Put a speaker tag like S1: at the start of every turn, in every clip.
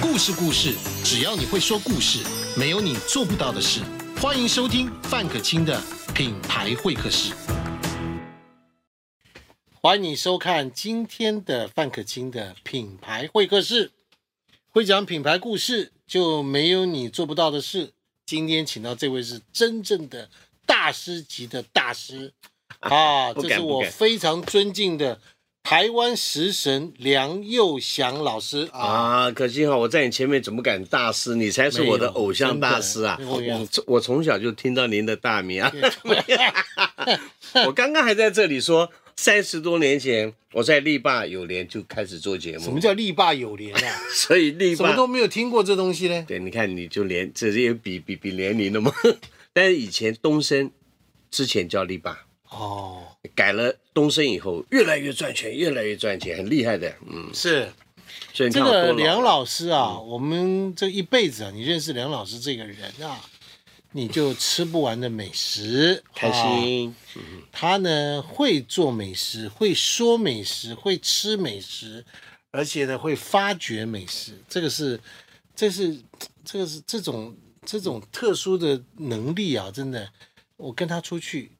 S1: 故事故事，只要你会说故事，没有你做不到的事。欢迎收听范可清的品牌会客室。欢迎你收看今天的范可清的品牌会客室，会讲品牌故事就没有你做不到的事。今天请到这位是真正的大师级的大 师啊，
S2: 不
S1: 这
S2: 敢
S1: 是我
S2: 不敢
S1: 非常尊敬的台湾食神梁佑祥老师啊。
S2: 啊，可惜哈，我在你前面怎么敢大师？你才是我的偶像大师啊！
S1: 没有真的
S2: 我从我从小就听到您的大 名啊！ 我刚刚还在这里说，三十多年前我在力霸有联就开始做节
S1: 什么
S2: 目，
S1: 叫 力霸有连啊？
S2: 所以力
S1: 什么
S2: 霸
S1: 都没有听过这东西呢？
S2: 对，你看你就连这也比比比连您了嘛。 但是以前东升之前叫力霸，
S1: 哦，
S2: 改了东升以后越来越赚钱，越来越赚钱，很厉害的。嗯，
S1: 是
S2: 所以你
S1: 这
S2: 看我
S1: 个
S2: 多
S1: 梁
S2: 老。嗯
S1: 老师啊，我们这一辈子啊，你认识梁老师这个人啊，你就吃不完的美食，
S2: 开
S1: 啊
S2: 心，
S1: 他呢会做美食，会说美食，会吃美食，而且呢会发掘美食，这个是，这是，这个是这种这种特殊的能力啊，真的，我跟他出去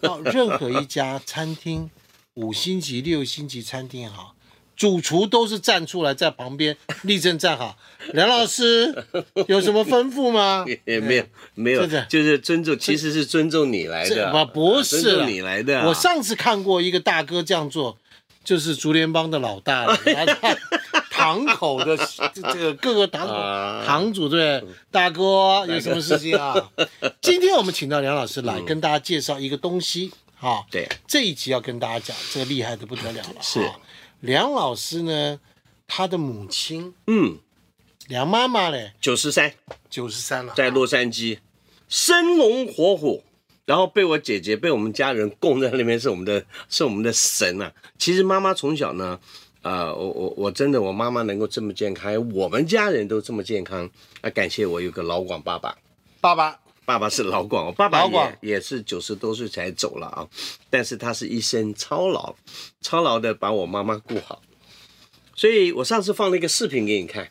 S1: 到任何一家餐厅，五星级、六星级餐厅也好。主厨都是站出来在旁边立正站好，梁老师有什么吩咐 吗？
S2: 也没有没有
S1: 嗯真的，
S2: 就是尊重，其实是尊重你来的，
S1: 这不不
S2: 啊
S1: 是
S2: 尊
S1: 啦
S2: 重你来的啊。
S1: 我上次看过一个大哥这样做，就是竹联帮的老大
S2: 哎
S1: 了，然后他堂口的这这个各个堂口、
S2: 啊
S1: 堂主对不对大哥有什么事情 啊？今天我们请到梁老师来、跟大家介绍一个东西啊，
S2: 嗯对
S1: 这一集要跟大家讲，这个厉害的不得了了。
S2: 是
S1: 啊梁老师呢，他的母亲
S2: 嗯，
S1: 梁妈妈嘞，
S2: 九十三
S1: 九十三了，
S2: 在洛杉矶，生龙活虎，然后被我姐姐被我们家人供在那边，是我们的是我们的神啊。其实妈妈从小呢，啊、我我我真的我妈妈能够这么健康，还有我们家人都这么健康，那感谢我有个老广爸爸。
S1: 爸爸
S2: 爸爸是老广，我爸爸
S1: 老广
S2: 也也是九十多岁才走了啊，但是他是一生操劳，操劳的把我妈妈顾好，所以我上次放了一个视频给你看，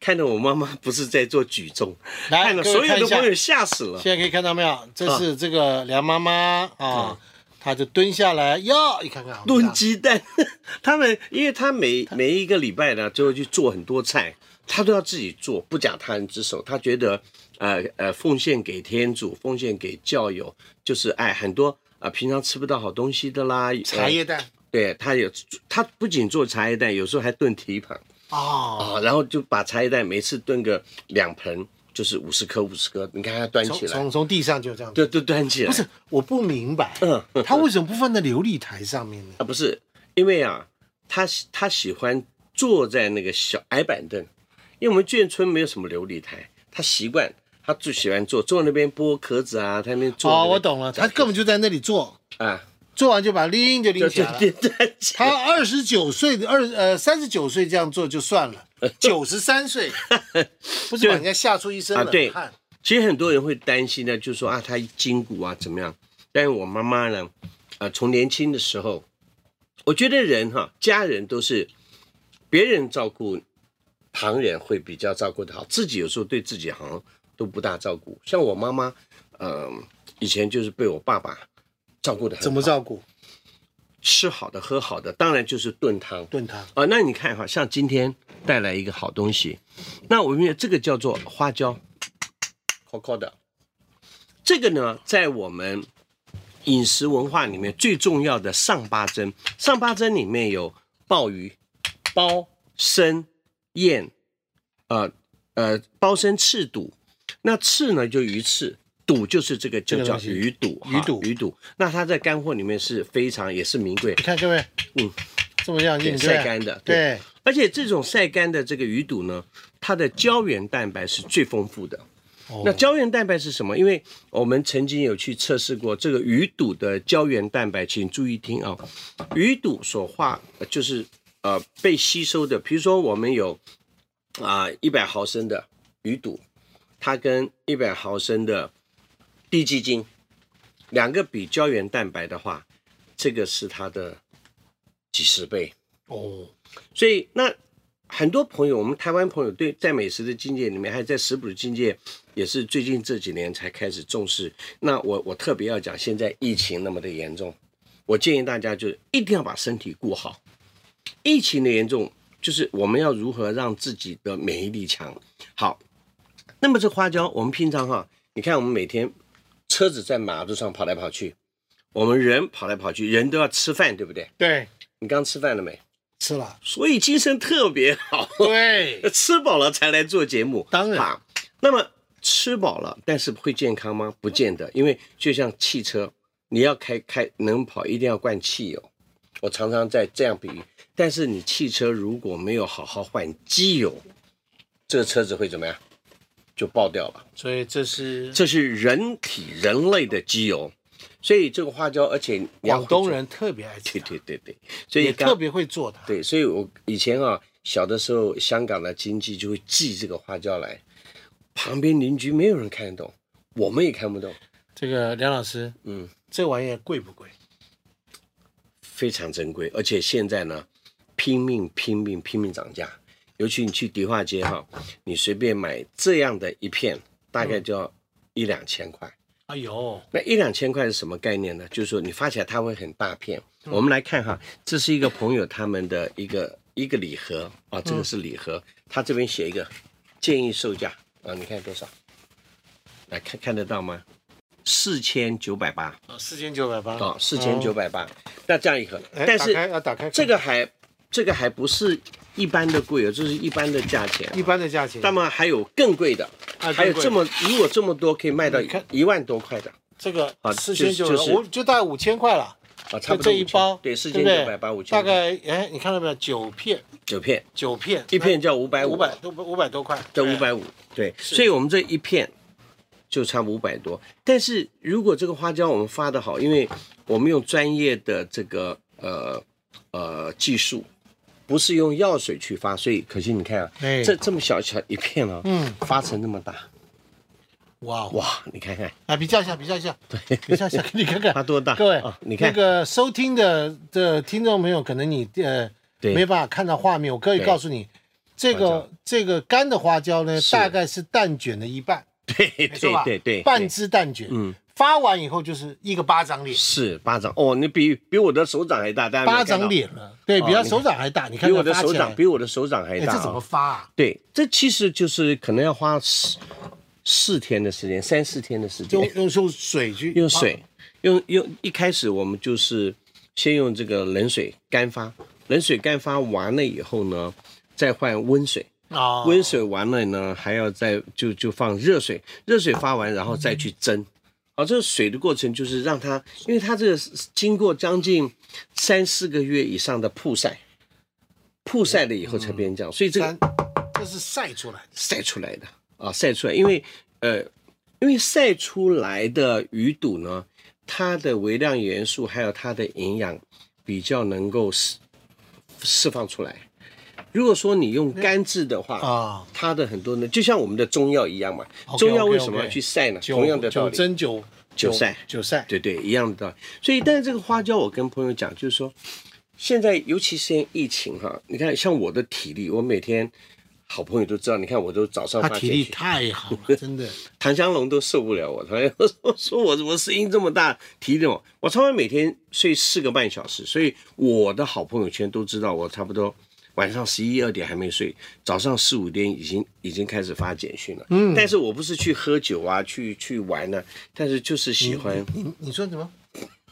S2: 看到我妈妈不是在做举重，
S1: 来
S2: 看到
S1: 哎各位
S2: 所有
S1: 看一
S2: 的
S1: 下
S2: 朋友吓死了，
S1: 现在可以看到没有？这
S2: 嗯
S1: 是这个梁妈妈啊，她就蹲下来哟，你看看啊
S2: 炖鸡蛋， 他们因为他每每一个礼拜呢，就会去做很多菜，他都要自己做，不假他人之手。他觉得，呃呃，奉献给天主，奉献给教友，就是哎，很多啊、平常吃不到好东西的啦，呃
S1: 茶叶蛋
S2: 对他有，他不仅做茶叶蛋，有时候还炖蹄膀
S1: 哦，
S2: 啊、然后就把茶叶蛋每次炖个两盆，就是五十颗五十颗，你看他端
S1: 从
S2: 起来，
S1: 从从地上就这样。
S2: 对，就端起来，
S1: 不是，我不明白，
S2: 嗯
S1: 他为什么不放在琉璃台上面呢？
S2: 啊，不是，因为啊，他喜他喜欢坐在那个小矮板凳，因为我们眷村没有什么琉璃台，他习惯，他最喜欢坐，坐那边剥壳子啊，他那边坐那
S1: 哦，
S2: 边、
S1: 我懂了，他根本就在那里坐，
S2: 啊，
S1: 做完就把拎就
S2: 就
S1: 拎起
S2: 就
S1: 来了。
S2: 就站起来，
S1: 他二十九岁的二呃三十九岁这样做就算 了，九十三岁，不是把人家吓出一身
S2: 啊对
S1: 冷汗？
S2: 其实很多人会担心呢，就说啊，他筋骨啊怎么样？但是我妈妈呢，啊，从年轻的时候，我觉得人哈、家人都是别人照顾旁人会比较照顾的好，自己有时候对自己好像都不大照顾。像我妈妈，呃，以前就是被我爸爸照顾的很好，
S1: 怎么照顾？
S2: 吃好的喝好的，当然就是炖汤。
S1: 炖汤
S2: 啊，那你看哈，像今天带来一个好东西，那我们有这个叫做花椒，扣扣的。这个呢，在我们饮食文化里面最重要的上八珍，上八珍里面有鲍鱼、鲍、参、燕，呃呃，鲍参翅肚。那翅呢，就鱼翅。肚就是这个，
S1: 这
S2: 就
S1: 个
S2: 叫
S1: 东西
S2: 鱼肚哈，
S1: 鱼肚
S2: 鱼肚。那它在干货里面是非常也是名贵，
S1: 你看各位，
S2: 嗯，
S1: 这么样硬
S2: 也
S1: 对
S2: 晒
S1: 不对？
S2: 干的，
S1: 对，
S2: 而且这种晒干的这个鱼肚呢，它的胶原蛋白是最丰富的。
S1: 哦
S2: 那胶原蛋白是什么？因为我们曾经有去测试过这个鱼肚的胶原蛋白，请注意听啊、鱼肚所化呃就是呃被吸收的，比如说我们有啊一百毫升的鱼肚，它跟一百毫升的低基精两个比胶原蛋白的话，这个是它的几十倍。
S1: 哦，
S2: 所以那很多朋友，我们台湾朋友对在美食的境界里面，还有在食谱的境界，也是最近这几年才开始重视。那我我特别要讲，现在疫情那么的严重，我建议大家就是一定要把身体顾好。疫情的严重，就是我们要如何让自己的免疫力强。好，那么这花椒，我们平常哈，你看我们每天车子在马路上跑来跑去，我们人跑来跑去，人都要吃饭，对不对？
S1: 对，
S2: 你刚吃饭了没？
S1: 吃了，
S2: 所以精神特别好。
S1: 对，
S2: 吃饱了才来做节目，
S1: 当然
S2: 啊。那么吃饱了，但是会健康吗？不见得，因为就像汽车，你要开开能跑，一定要灌汽油。我常常在这样比喻，但是你汽车如果没有好好换机油，这个车子会怎么样？就爆掉了。
S1: 所以这是
S2: 这是人体人类的机油，所以这个花椒，而且你要
S1: 广东，人特别爱吃
S2: 对
S1: 的，
S2: 对对对，所以
S1: 也
S2: 刚
S1: 特别会做它。
S2: 对，所以我以前啊，小的时候香港的经济就会寄这个花椒来，旁边邻居没有人看得懂，我们也看不懂，
S1: 这个梁老师，
S2: 嗯，
S1: 这玩意儿贵不贵？
S2: 非常珍贵。而且现在呢，拼命拼命拼命涨价，尤其你去迪化街哈、你随便买这样的一片，大概就要一两千块。
S1: 哎呦，
S2: 那一两千块是什么概念呢？就是说你发起来它会很大片。我们来看哈，这是一个朋友他们的一个一个礼盒啊，这个是礼盒，他这边写一个建议售价啊，你看多少？来看看得到吗？四千九百八
S1: 四千九百八
S2: 啊，四千九百八。那这样一盒，
S1: 哎
S2: 但
S1: 打开
S2: 是
S1: 要打开看
S2: 这个还这个还不是一般的贵哦，这是一般的价钱。
S1: 一般的价钱，
S2: 那么还有更贵的，
S1: 啊
S2: 还有
S1: 更贵
S2: 这么如果这么多可以卖到
S1: 你看
S2: 一万多块的。
S1: 这个
S2: 啊
S1: 四
S2: 就
S1: 千
S2: 是
S1: 九
S2: 就
S1: 百，
S2: 是
S1: 我就大概五千块了。
S2: 啊，差
S1: 就
S2: 不多
S1: 这一
S2: 5000
S1: 包，
S2: 对，四千
S1: 不对
S2: 九百八五千，
S1: 大概哎，你看到没有？九片，
S2: 九片，
S1: 九片，
S2: 一片叫五百
S1: 五百多，五百多块，
S2: 叫
S1: 哎
S2: 五，百五，对，所以我们这一片就差五百多。但是如果这个花椒我们发的好，因为我们用专业的这个呃呃技术，不是用药水去发，所以可惜你看啊，
S1: 哎
S2: 这这么小小一片啊，
S1: 嗯，
S2: 发成那么大，
S1: 哇哦哇！
S2: 哇，你看看，
S1: 啊，比较一下，比较一下，对，比较一下，给 你看看
S2: 它多大
S1: 各位
S2: 啊，你看
S1: 那个收听的的听众朋友，可能你呃
S2: 对
S1: 没办法看到画面，我可以
S2: 对
S1: 告诉你，这
S2: 花
S1: 个这个干的花椒呢，
S2: 是
S1: 大概是蛋卷的一半，
S2: 对对
S1: 没错吧？
S2: 对对，
S1: 半
S2: 对
S1: 只蛋卷，
S2: 嗯，
S1: 发完以后就是一个巴掌脸，
S2: 是巴掌哦，你比比我的手掌还大，大家有没有
S1: 巴
S2: 看
S1: 掌
S2: 到，
S1: 脸了，对比
S2: 哦
S1: 他
S2: 你
S1: 手掌还大，你看
S2: 比我
S1: 它
S2: 的
S1: 发
S2: 手
S1: 起
S2: 掌
S1: 来
S2: 比我的手掌还
S1: 哎，
S2: 大、啊，
S1: 这怎么发啊？
S2: 对，这其实就是可能要花四四天的时间，三四天的时
S1: 用
S2: 间，
S1: 用用水去
S2: 哎用水，用用一开始我们就是先用这个冷水干发，冷水干发完了以后呢，再换温水，
S1: 啊，
S2: 温水完了呢，还要再就就放热水，热水发完然后再去蒸。啊，这个水的过程就是让它，因为它这个是经过将近三四个月以上的曝晒，曝晒了以后才变这样，所以这个
S1: 三，这是晒出来的，
S2: 晒出来的啊，晒出来，因为呃，因为晒出来的鱼肚呢，它的微量元素还有它的营养比较能够释释放出来。如果说你用干制的话
S1: 啊，
S2: 它的很多呢，就像我们的中药一样嘛
S1: OK，OK，OK
S2: 中药为什么要去晒呢？
S1: 九
S2: 同样的道
S1: 九
S2: 理，
S1: 蒸九
S2: 九晒
S1: 九晒，
S2: 对对，一样的道理。所以，但是这个花椒，我跟朋友讲，就是说，现在尤其是现在疫情哈，你看像我的体力，我每天好朋友都知道，你看我都早上
S1: 他
S2: 发
S1: 体
S2: 简
S1: 力
S2: 讯
S1: 太好 了，真的。
S2: 唐香龙都受不了我，他说说我怎么声音这么大，体力我，我差不多每天睡四个半小时，所以我的好朋友圈都知道我差不多晚上十一二点还没睡，早上四五点已经已经开始发简讯了。嗯，但是我不是去喝酒啊，去去玩呢、但是就是喜欢，
S1: 你你说什么？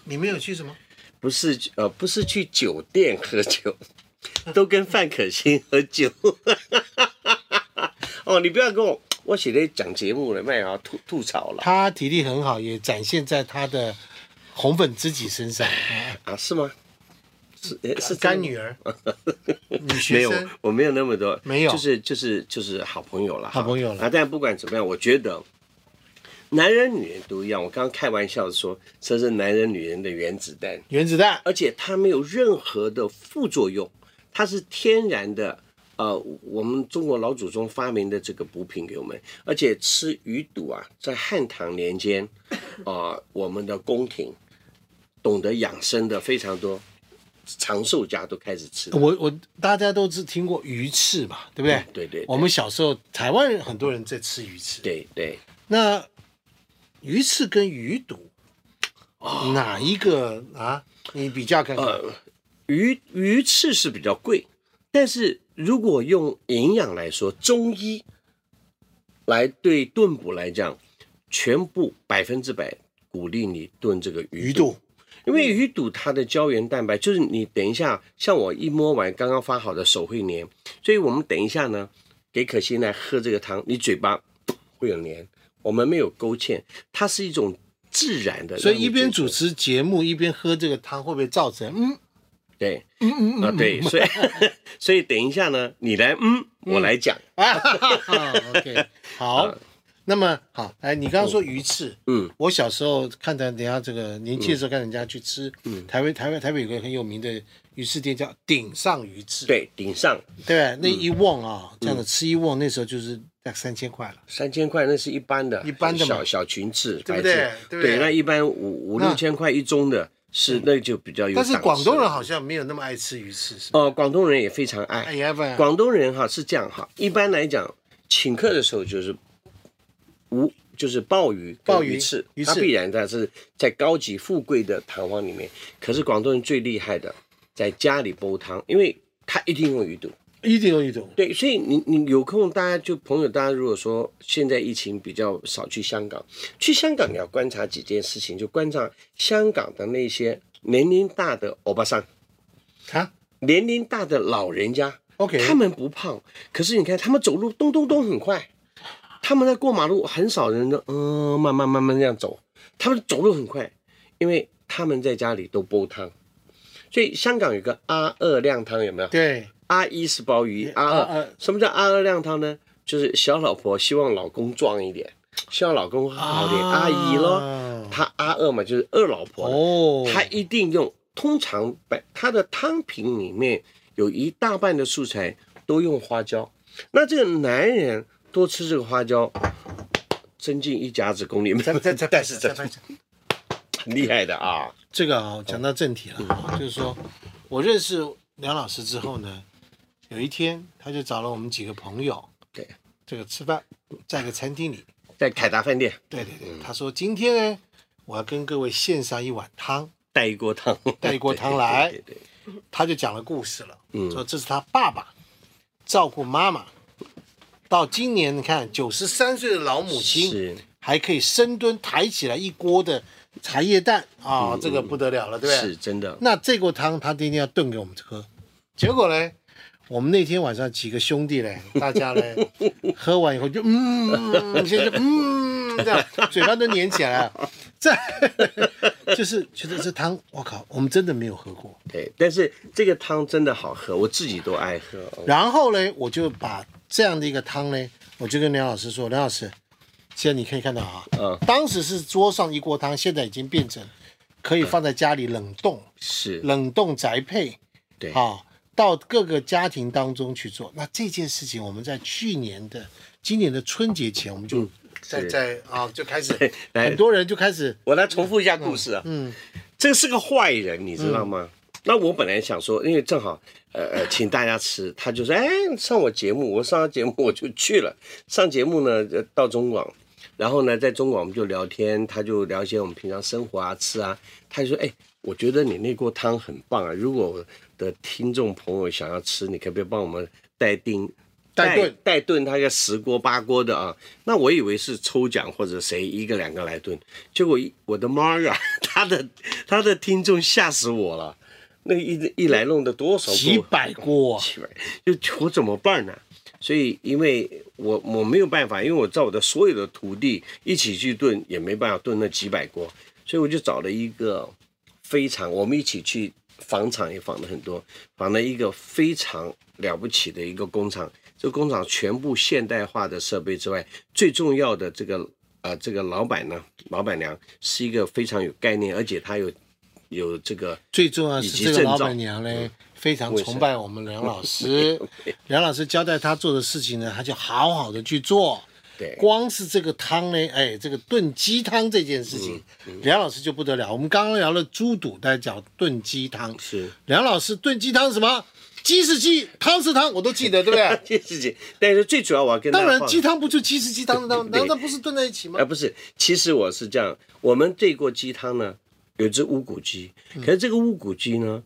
S1: 你没有去什么？
S2: 不是呃不是去酒店喝酒， 都跟范可欣喝酒。 哦，你不要跟我，我写在讲节目了，卖啊吐吐槽了
S1: 他体力很好，也展现在他的红粉知己身上。啊
S2: 啊？是吗？是诶 是真的
S1: 干
S2: 吗
S1: 女 儿，女
S2: 没
S1: 学
S2: 有
S1: 生，，
S2: 我没有那么多，
S1: 没有
S2: 就是就是就是好朋友了，
S1: 好朋友了
S2: 啊。但不管怎么样，我觉得男人女人都一样。我刚刚开玩笑说，这是男人女人的原子弹，
S1: 原子弹
S2: 而且它没有任何的副作用，它是天然的。呃，我们中国老祖宗发明的这个补品给我们，而且吃鱼肚啊，在汉唐年间，呃啊、我们的宫廷懂得养生的非常多，长寿家都开始吃。
S1: 呃我我大家都是听过鱼翅嘛，对不嗯对？
S2: 对对对
S1: 我们小时候台湾人很多人在吃鱼翅，
S2: 对对，
S1: 那鱼翅跟鱼肚、哪一个啊？你比较看看，
S2: 呃，鱼鱼翅是比较贵，但是如果用营养来说，中医来对炖补来讲，全部百分之百鼓励你炖这个
S1: 鱼
S2: 鱼肚。
S1: 肚
S2: 因为鱼肚它的胶原蛋白就是你等一下，像我一摸完刚刚发好的手会粘，所以我们等一下呢，给可心来喝这个汤，你嘴巴会有粘，我们没有勾芡，它是一种自然的。
S1: 所以
S2: 让你
S1: 一边
S2: 嘴
S1: 主持节目一边喝这个汤，会不会造成嗯
S2: 对，嗯嗯啊对，所以 所以等一下呢，你来嗯，我来讲，
S1: 啊哈哈哈？OK，好，那么好，哎，你刚刚说鱼翅，
S2: 嗯，
S1: 我小时候看到人家这个年轻的时候看人家去吃，嗯，台湾台湾台北有个很有名的鱼翅店叫顶上鱼翅，
S2: 对，顶上
S1: 对，那一瓮啊，这样的吃一瓮，那时候就是大概三千块了。
S2: 三千块那是一般的，
S1: 一般的嘛
S2: 小小群翅，
S1: 对不
S2: 白翅
S1: 对对不对
S2: 对，那一般五五
S1: 那嗯
S2: 六千块一盅的，是那就比较有档
S1: 但
S2: 次
S1: 是
S2: 了。
S1: 广东人好像没有那么爱吃鱼翅，是吧？
S2: 哦，广东人也非常
S1: 哎
S2: 爱。
S1: 呀不然，
S2: 广东人哈是这样哈，一般来讲，请客的时候就是无就是鲍鱼跟
S1: 鲍鱼
S2: 鱼翅
S1: 鱼，
S2: 它
S1: 翅
S2: 必然它是在高级富贵的堂皇里面。可是广东人最厉害的，在家里煲汤，因为他一定用鱼肚。
S1: 一定有一种
S2: 对，所以你你有空，大家就朋友，大家如果说现在疫情比较少去香港，去香港你要观察几件事情，就观察香港的那些年龄大的欧巴桑，
S1: 啊。
S2: 年龄大的老人家，
S1: OK，
S2: 他们不胖，可是你看他们走路咚咚咚很快，他们在过马路很少人的，嗯、慢慢慢慢这样走，他们走路很快，因为他们在家里都煲汤，所以香港有个阿二靓汤有没有？
S1: 对
S2: 阿一是鲍鱼，阿
S1: 阿二
S2: 二什么叫阿二靓汤呢？就是小老婆希望老公壮一点，希望老公好一点，
S1: 啊
S2: 阿姨咯，她阿二嘛就是二老婆，
S1: 哦，
S2: 他一定用，通常百他的汤品里面有一大半的素材都用花椒。那这个男人多吃这个花椒，增进一甲子功力，
S1: 再再再
S2: 但是
S1: 再
S2: 这
S1: 再
S2: 很厉害的啊。
S1: 这个啊，讲到正题了
S2: 嗯
S1: 啊，就是说我认识梁老师之后呢，有一天他就找了我们几个朋友，
S2: 对，
S1: 这个吃饭在一个餐厅里，
S2: 在凯达饭店
S1: 对对对，
S2: 嗯
S1: 他说今天呢，我要跟各位献上一碗汤，
S2: 带一锅汤，
S1: 带一锅汤来
S2: 对对对对
S1: 他就讲了故事了，
S2: 嗯
S1: 说这是他爸爸照顾妈妈，到今年你看九十三岁的老母亲
S2: 是
S1: 还可以深蹲抬起来一锅的茶叶蛋
S2: 嗯
S1: 啊、这个不得了了，对不对？
S2: 是真的。
S1: 那这锅汤他今天要炖给我们喝，结果呢，我们那天晚上几个兄弟嘞，大家嘞喝完以后就嗯，现在就嗯这样，嘴巴都粘起来了，这 就是觉得这汤，我靠，我们真的没有喝过。
S2: 对，但是这个汤真的好喝，我自己都爱喝。
S1: 然后呢，我就把这样的一个汤呢，我就跟梁老师说，梁老师，现在你可以看到啊，
S2: 嗯
S1: 当时是桌上一锅汤，现在已经变成可以放在家里冷冻，
S2: 是，
S1: 冷冻宅配，
S2: 对
S1: 啊，到各个家庭当中去做。那这件事情，我们在去年的、今年的春节前，我们就在、
S2: 嗯是，
S1: 在啊就开始
S2: 来
S1: 很多人就开始
S2: 我来重复一下故事啊。嗯，这是个坏人，你知道吗？那我本来想说，因为正好呃呃，请大家吃，他就说，哎，上我节目，我上他节目我就去了。上节目呢，呃到中广，然后呢，在中广我们就聊天，他就聊一些我们平常生活啊、吃啊。他就说，哎，我觉得你那锅汤很棒啊，如果我的听众朋友想要吃，你可不可以帮我们代订？
S1: 带
S2: 带
S1: 炖
S2: 带炖，大概十锅八锅的啊。那我以为是抽奖或者谁一个两个来炖，结果一我的妈呀， 他的他的听众吓死我了，那一一来弄的多少
S1: 几
S2: 锅
S1: 百锅啊，
S2: 奇怪，就我怎么办呢？所以，因为我我没有办法，因为我找我的所有的徒弟一起去炖，也没办法炖那几百锅，所以我就找了一个非常，我们一起去访厂也访了很多，访了一个非常了不起的一个工厂。这个工厂全部现代化的设备之外，最重要的这个呃这个老板呢，老板娘是一个非常有概念，而且她有有这个
S1: 最重要的
S2: 以
S1: 是
S2: 及
S1: 这个老
S2: 证照嗯
S1: 板娘呢，非常崇拜 我们梁老师。梁老师交代他做的事情呢，他就好好的去做。
S2: 对
S1: 光是这个汤呢，哎，这个炖鸡汤这件事情，
S2: 嗯
S1: 梁老师就不得了。我们刚刚聊了猪肚，大家讲炖鸡汤，
S2: 是
S1: 梁老师炖鸡汤是什么？鸡是鸡，汤是汤，我都记得，对不 对？
S2: 这事情。但是最主要我要跟大
S1: 当
S2: 家
S1: 然，
S2: 报
S1: 鸡汤不就鸡是鸡，汤是汤，
S2: 对
S1: 难道不是炖在一起吗
S2: 啊，？不是，其实我是这样，我们对过鸡汤呢，有一只乌骨鸡，
S1: 嗯
S2: 可是这个乌骨鸡呢，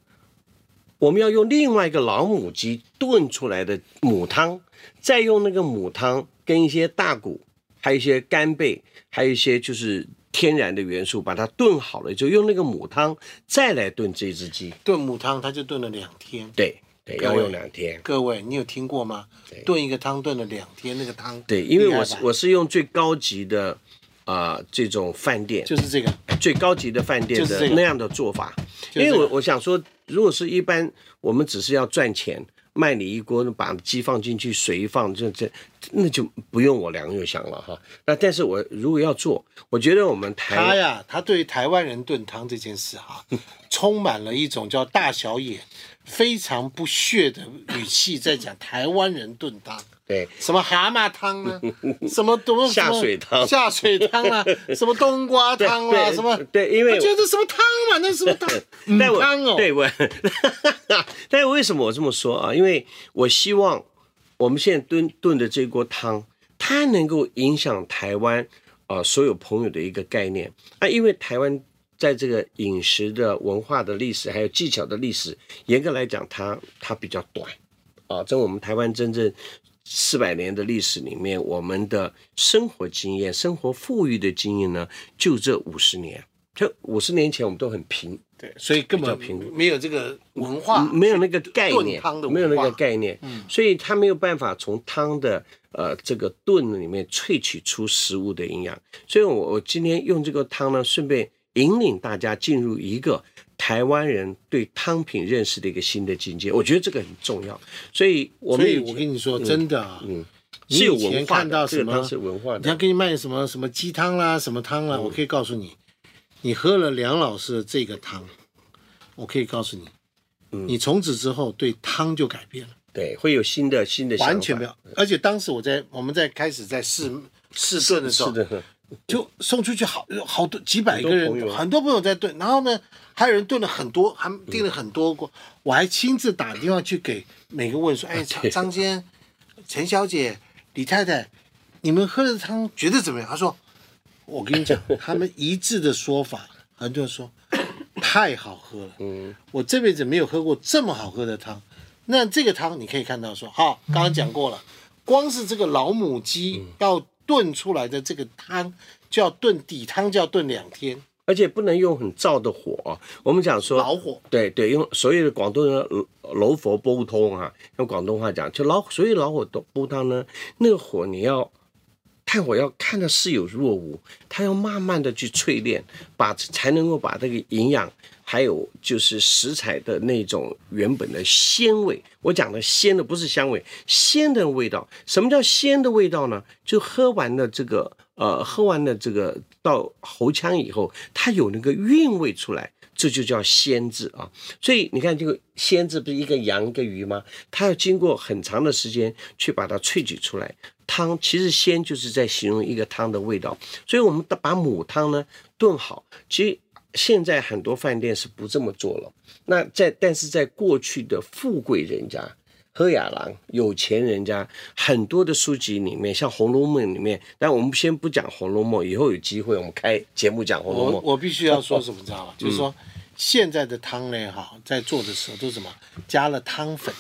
S2: 我们要用另外一个老母鸡炖出来的母汤，再用那个母汤跟一些大骨，还有一些干贝，还有一些就是天然的元素，把它炖好了之后，用那个母汤再来炖这只鸡。
S1: 炖母汤，他就炖了两天。
S2: 对对，
S1: 各
S2: 要
S1: 位
S2: 用两天。
S1: 各位，你有听过吗？炖一个汤炖了两天，那个汤
S2: 对，因为
S1: 厉害
S2: 我
S1: 吧
S2: 是我是用最高级的啊、这种饭店，
S1: 就是这个，
S2: 最高级的饭店
S1: 就是
S2: 的
S1: 这个
S2: 那样的做法，
S1: 就
S2: 因
S1: 是这个
S2: 为我我想说，如果是一般我们只是要赚钱，卖你一锅，把鸡放进去，水一放，这这那就不用我梁又祥了哈。那但是我如果要做，我觉得我们
S1: 他
S2: 台
S1: 呀，他对台湾人炖汤这件事哈、充满了一种叫大小眼、非常不屑的语气，在讲台湾人炖汤。
S2: 对
S1: 什么蛤蟆汤 啊，什么什么
S2: 下水汤
S1: 下水汤啊， 什么冬瓜汤啊，
S2: 对
S1: 什么
S2: 对，因为
S1: 我觉得什么汤嘛，那什么 汤，嗯
S2: 但我
S1: 汤哦，
S2: 对我， 但是为什么我这么说啊？因为我希望我们现在炖炖的这锅汤，它能够影响台湾呃所有朋友的一个概念啊，因为台湾。在这个饮食的文化的历史，还有技巧的历史，严格来讲，它它比较短，啊，在我们台湾真正四百年的历史里面，我们的生活经验、生活富裕的经验呢，就这五十年。这五十年前我们都很贫，
S1: 对，所以根本没有这个文化，
S2: 嗯没有那个概
S1: 炖
S2: 念
S1: 汤的，文化嗯
S2: 没有那个概念，所以他没有办法从汤的呃这个炖里面萃取出食物的营养。所以我我今天用这个汤呢，顺便引领大家进入一个台湾人对汤品认识的一个新的境界。我觉得这个很重要，所以我
S1: 所
S2: 们
S1: 以
S2: 以
S1: 我
S2: 前
S1: 跟你说，真的啊，嗯，
S2: 是有文化
S1: 看到
S2: 的，
S1: 什
S2: 这个
S1: 么
S2: 汤是文化
S1: 人家
S2: 的，
S1: 给你卖什么什么鸡汤啦，什么汤
S2: 嗯
S1: 啦，我可以告诉你，你喝了梁老师的这个汤，我可以告诉你，
S2: 嗯
S1: 你从此之后对汤就改变了，
S2: 对，会有新的新的想法
S1: 完全没有。而且当时我在我们在开始在试试炖的时
S2: 是
S1: 候，
S2: 的，
S1: 就送出去好好多几百个人，
S2: 很多朋友啊
S1: 很多朋友在炖，然后呢，还有人炖了很多，还订了很多
S2: 嗯
S1: 锅，我还亲自打电话去给每个问说， 哎，张张先生、陈小姐、李太太，你们喝的汤觉得怎么样？他说，我跟你讲，他们一致的说法，很多人说太好喝了，嗯，我这辈子没有喝过这么好喝的汤。那这个汤你可以看到说，好，刚刚讲过了，光是这个老母鸡要炖出来的这个汤，就要炖底汤就要炖两天，
S2: 而且不能用很燥的火啊、我们讲说
S1: 老火，
S2: 对对，用所有的广东人呃老火煲汤啊，用广东话讲，就老所以老火煲煲汤呢，那个火你要炭火要看的似有若无，它要慢慢的去淬炼，把才能够把这个营养还有就是食材的那种原本的鲜味，我讲的鲜的不是香味，鲜的味道。什么叫鲜的味道呢？就喝完了这个呃，喝完了这个到喉腔以后，它有那个韵味出来。这就叫鲜字啊。所以你看，这个鲜字不是一个羊一个鱼吗？它要经过很长的时间去把它萃取出来。汤其实鲜就是在形容一个汤的味道，所以我们把母汤呢炖好。其实现在很多饭店是不这么做了。那在但是在过去的富贵人家，喝雅郎有钱人家很多的书籍里面，像《红楼梦》里面，但我们先不讲《红楼梦》，以后有机会我们开节目讲《红楼
S1: 我
S2: 梦》。
S1: 我必须要说什么，你知道吗？就是说现在的汤类哈，在做的时候都是什么加了汤粉，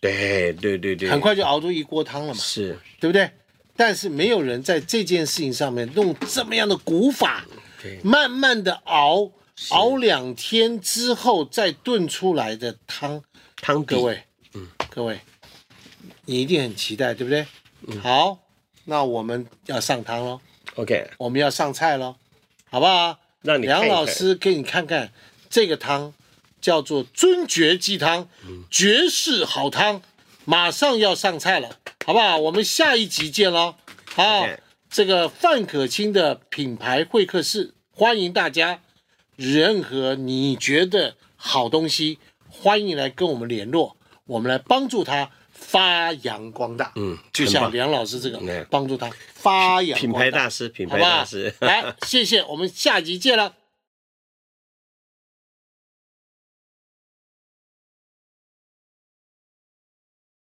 S2: 对对对对，
S1: 很快就熬出一锅汤了嘛，
S2: 是
S1: 对不对？但是没有人在这件事情上面用这么样的古法
S2: 对，
S1: 慢慢的熬，熬两天之后再炖出来的汤，
S2: 汤底
S1: 各位，嗯，各位，你一定很期待，对不对？好，那我们要上汤喽，
S2: OK，
S1: 我们要上菜喽，好不好？
S2: 让你看
S1: 梁
S2: 一看
S1: 老师给你看看这个汤，叫做尊爵鸡汤，
S2: 嗯
S1: 绝世好汤，马上要上菜了，好不好？我们下一集见喽。好
S2: OK，
S1: 这个范可清的品牌会客室，欢迎大家。任何你觉得好东西，欢迎来跟我们联络，我们来帮助他发扬光大。
S2: 嗯
S1: 就
S2: 很
S1: 像
S2: 棒
S1: 梁老师这个
S2: 嗯，
S1: 帮助他发扬
S2: 品
S1: 光
S2: 牌大师，品
S1: 好
S2: 牌
S1: 吧。
S2: 大师
S1: 来，谢谢，我们下集见了，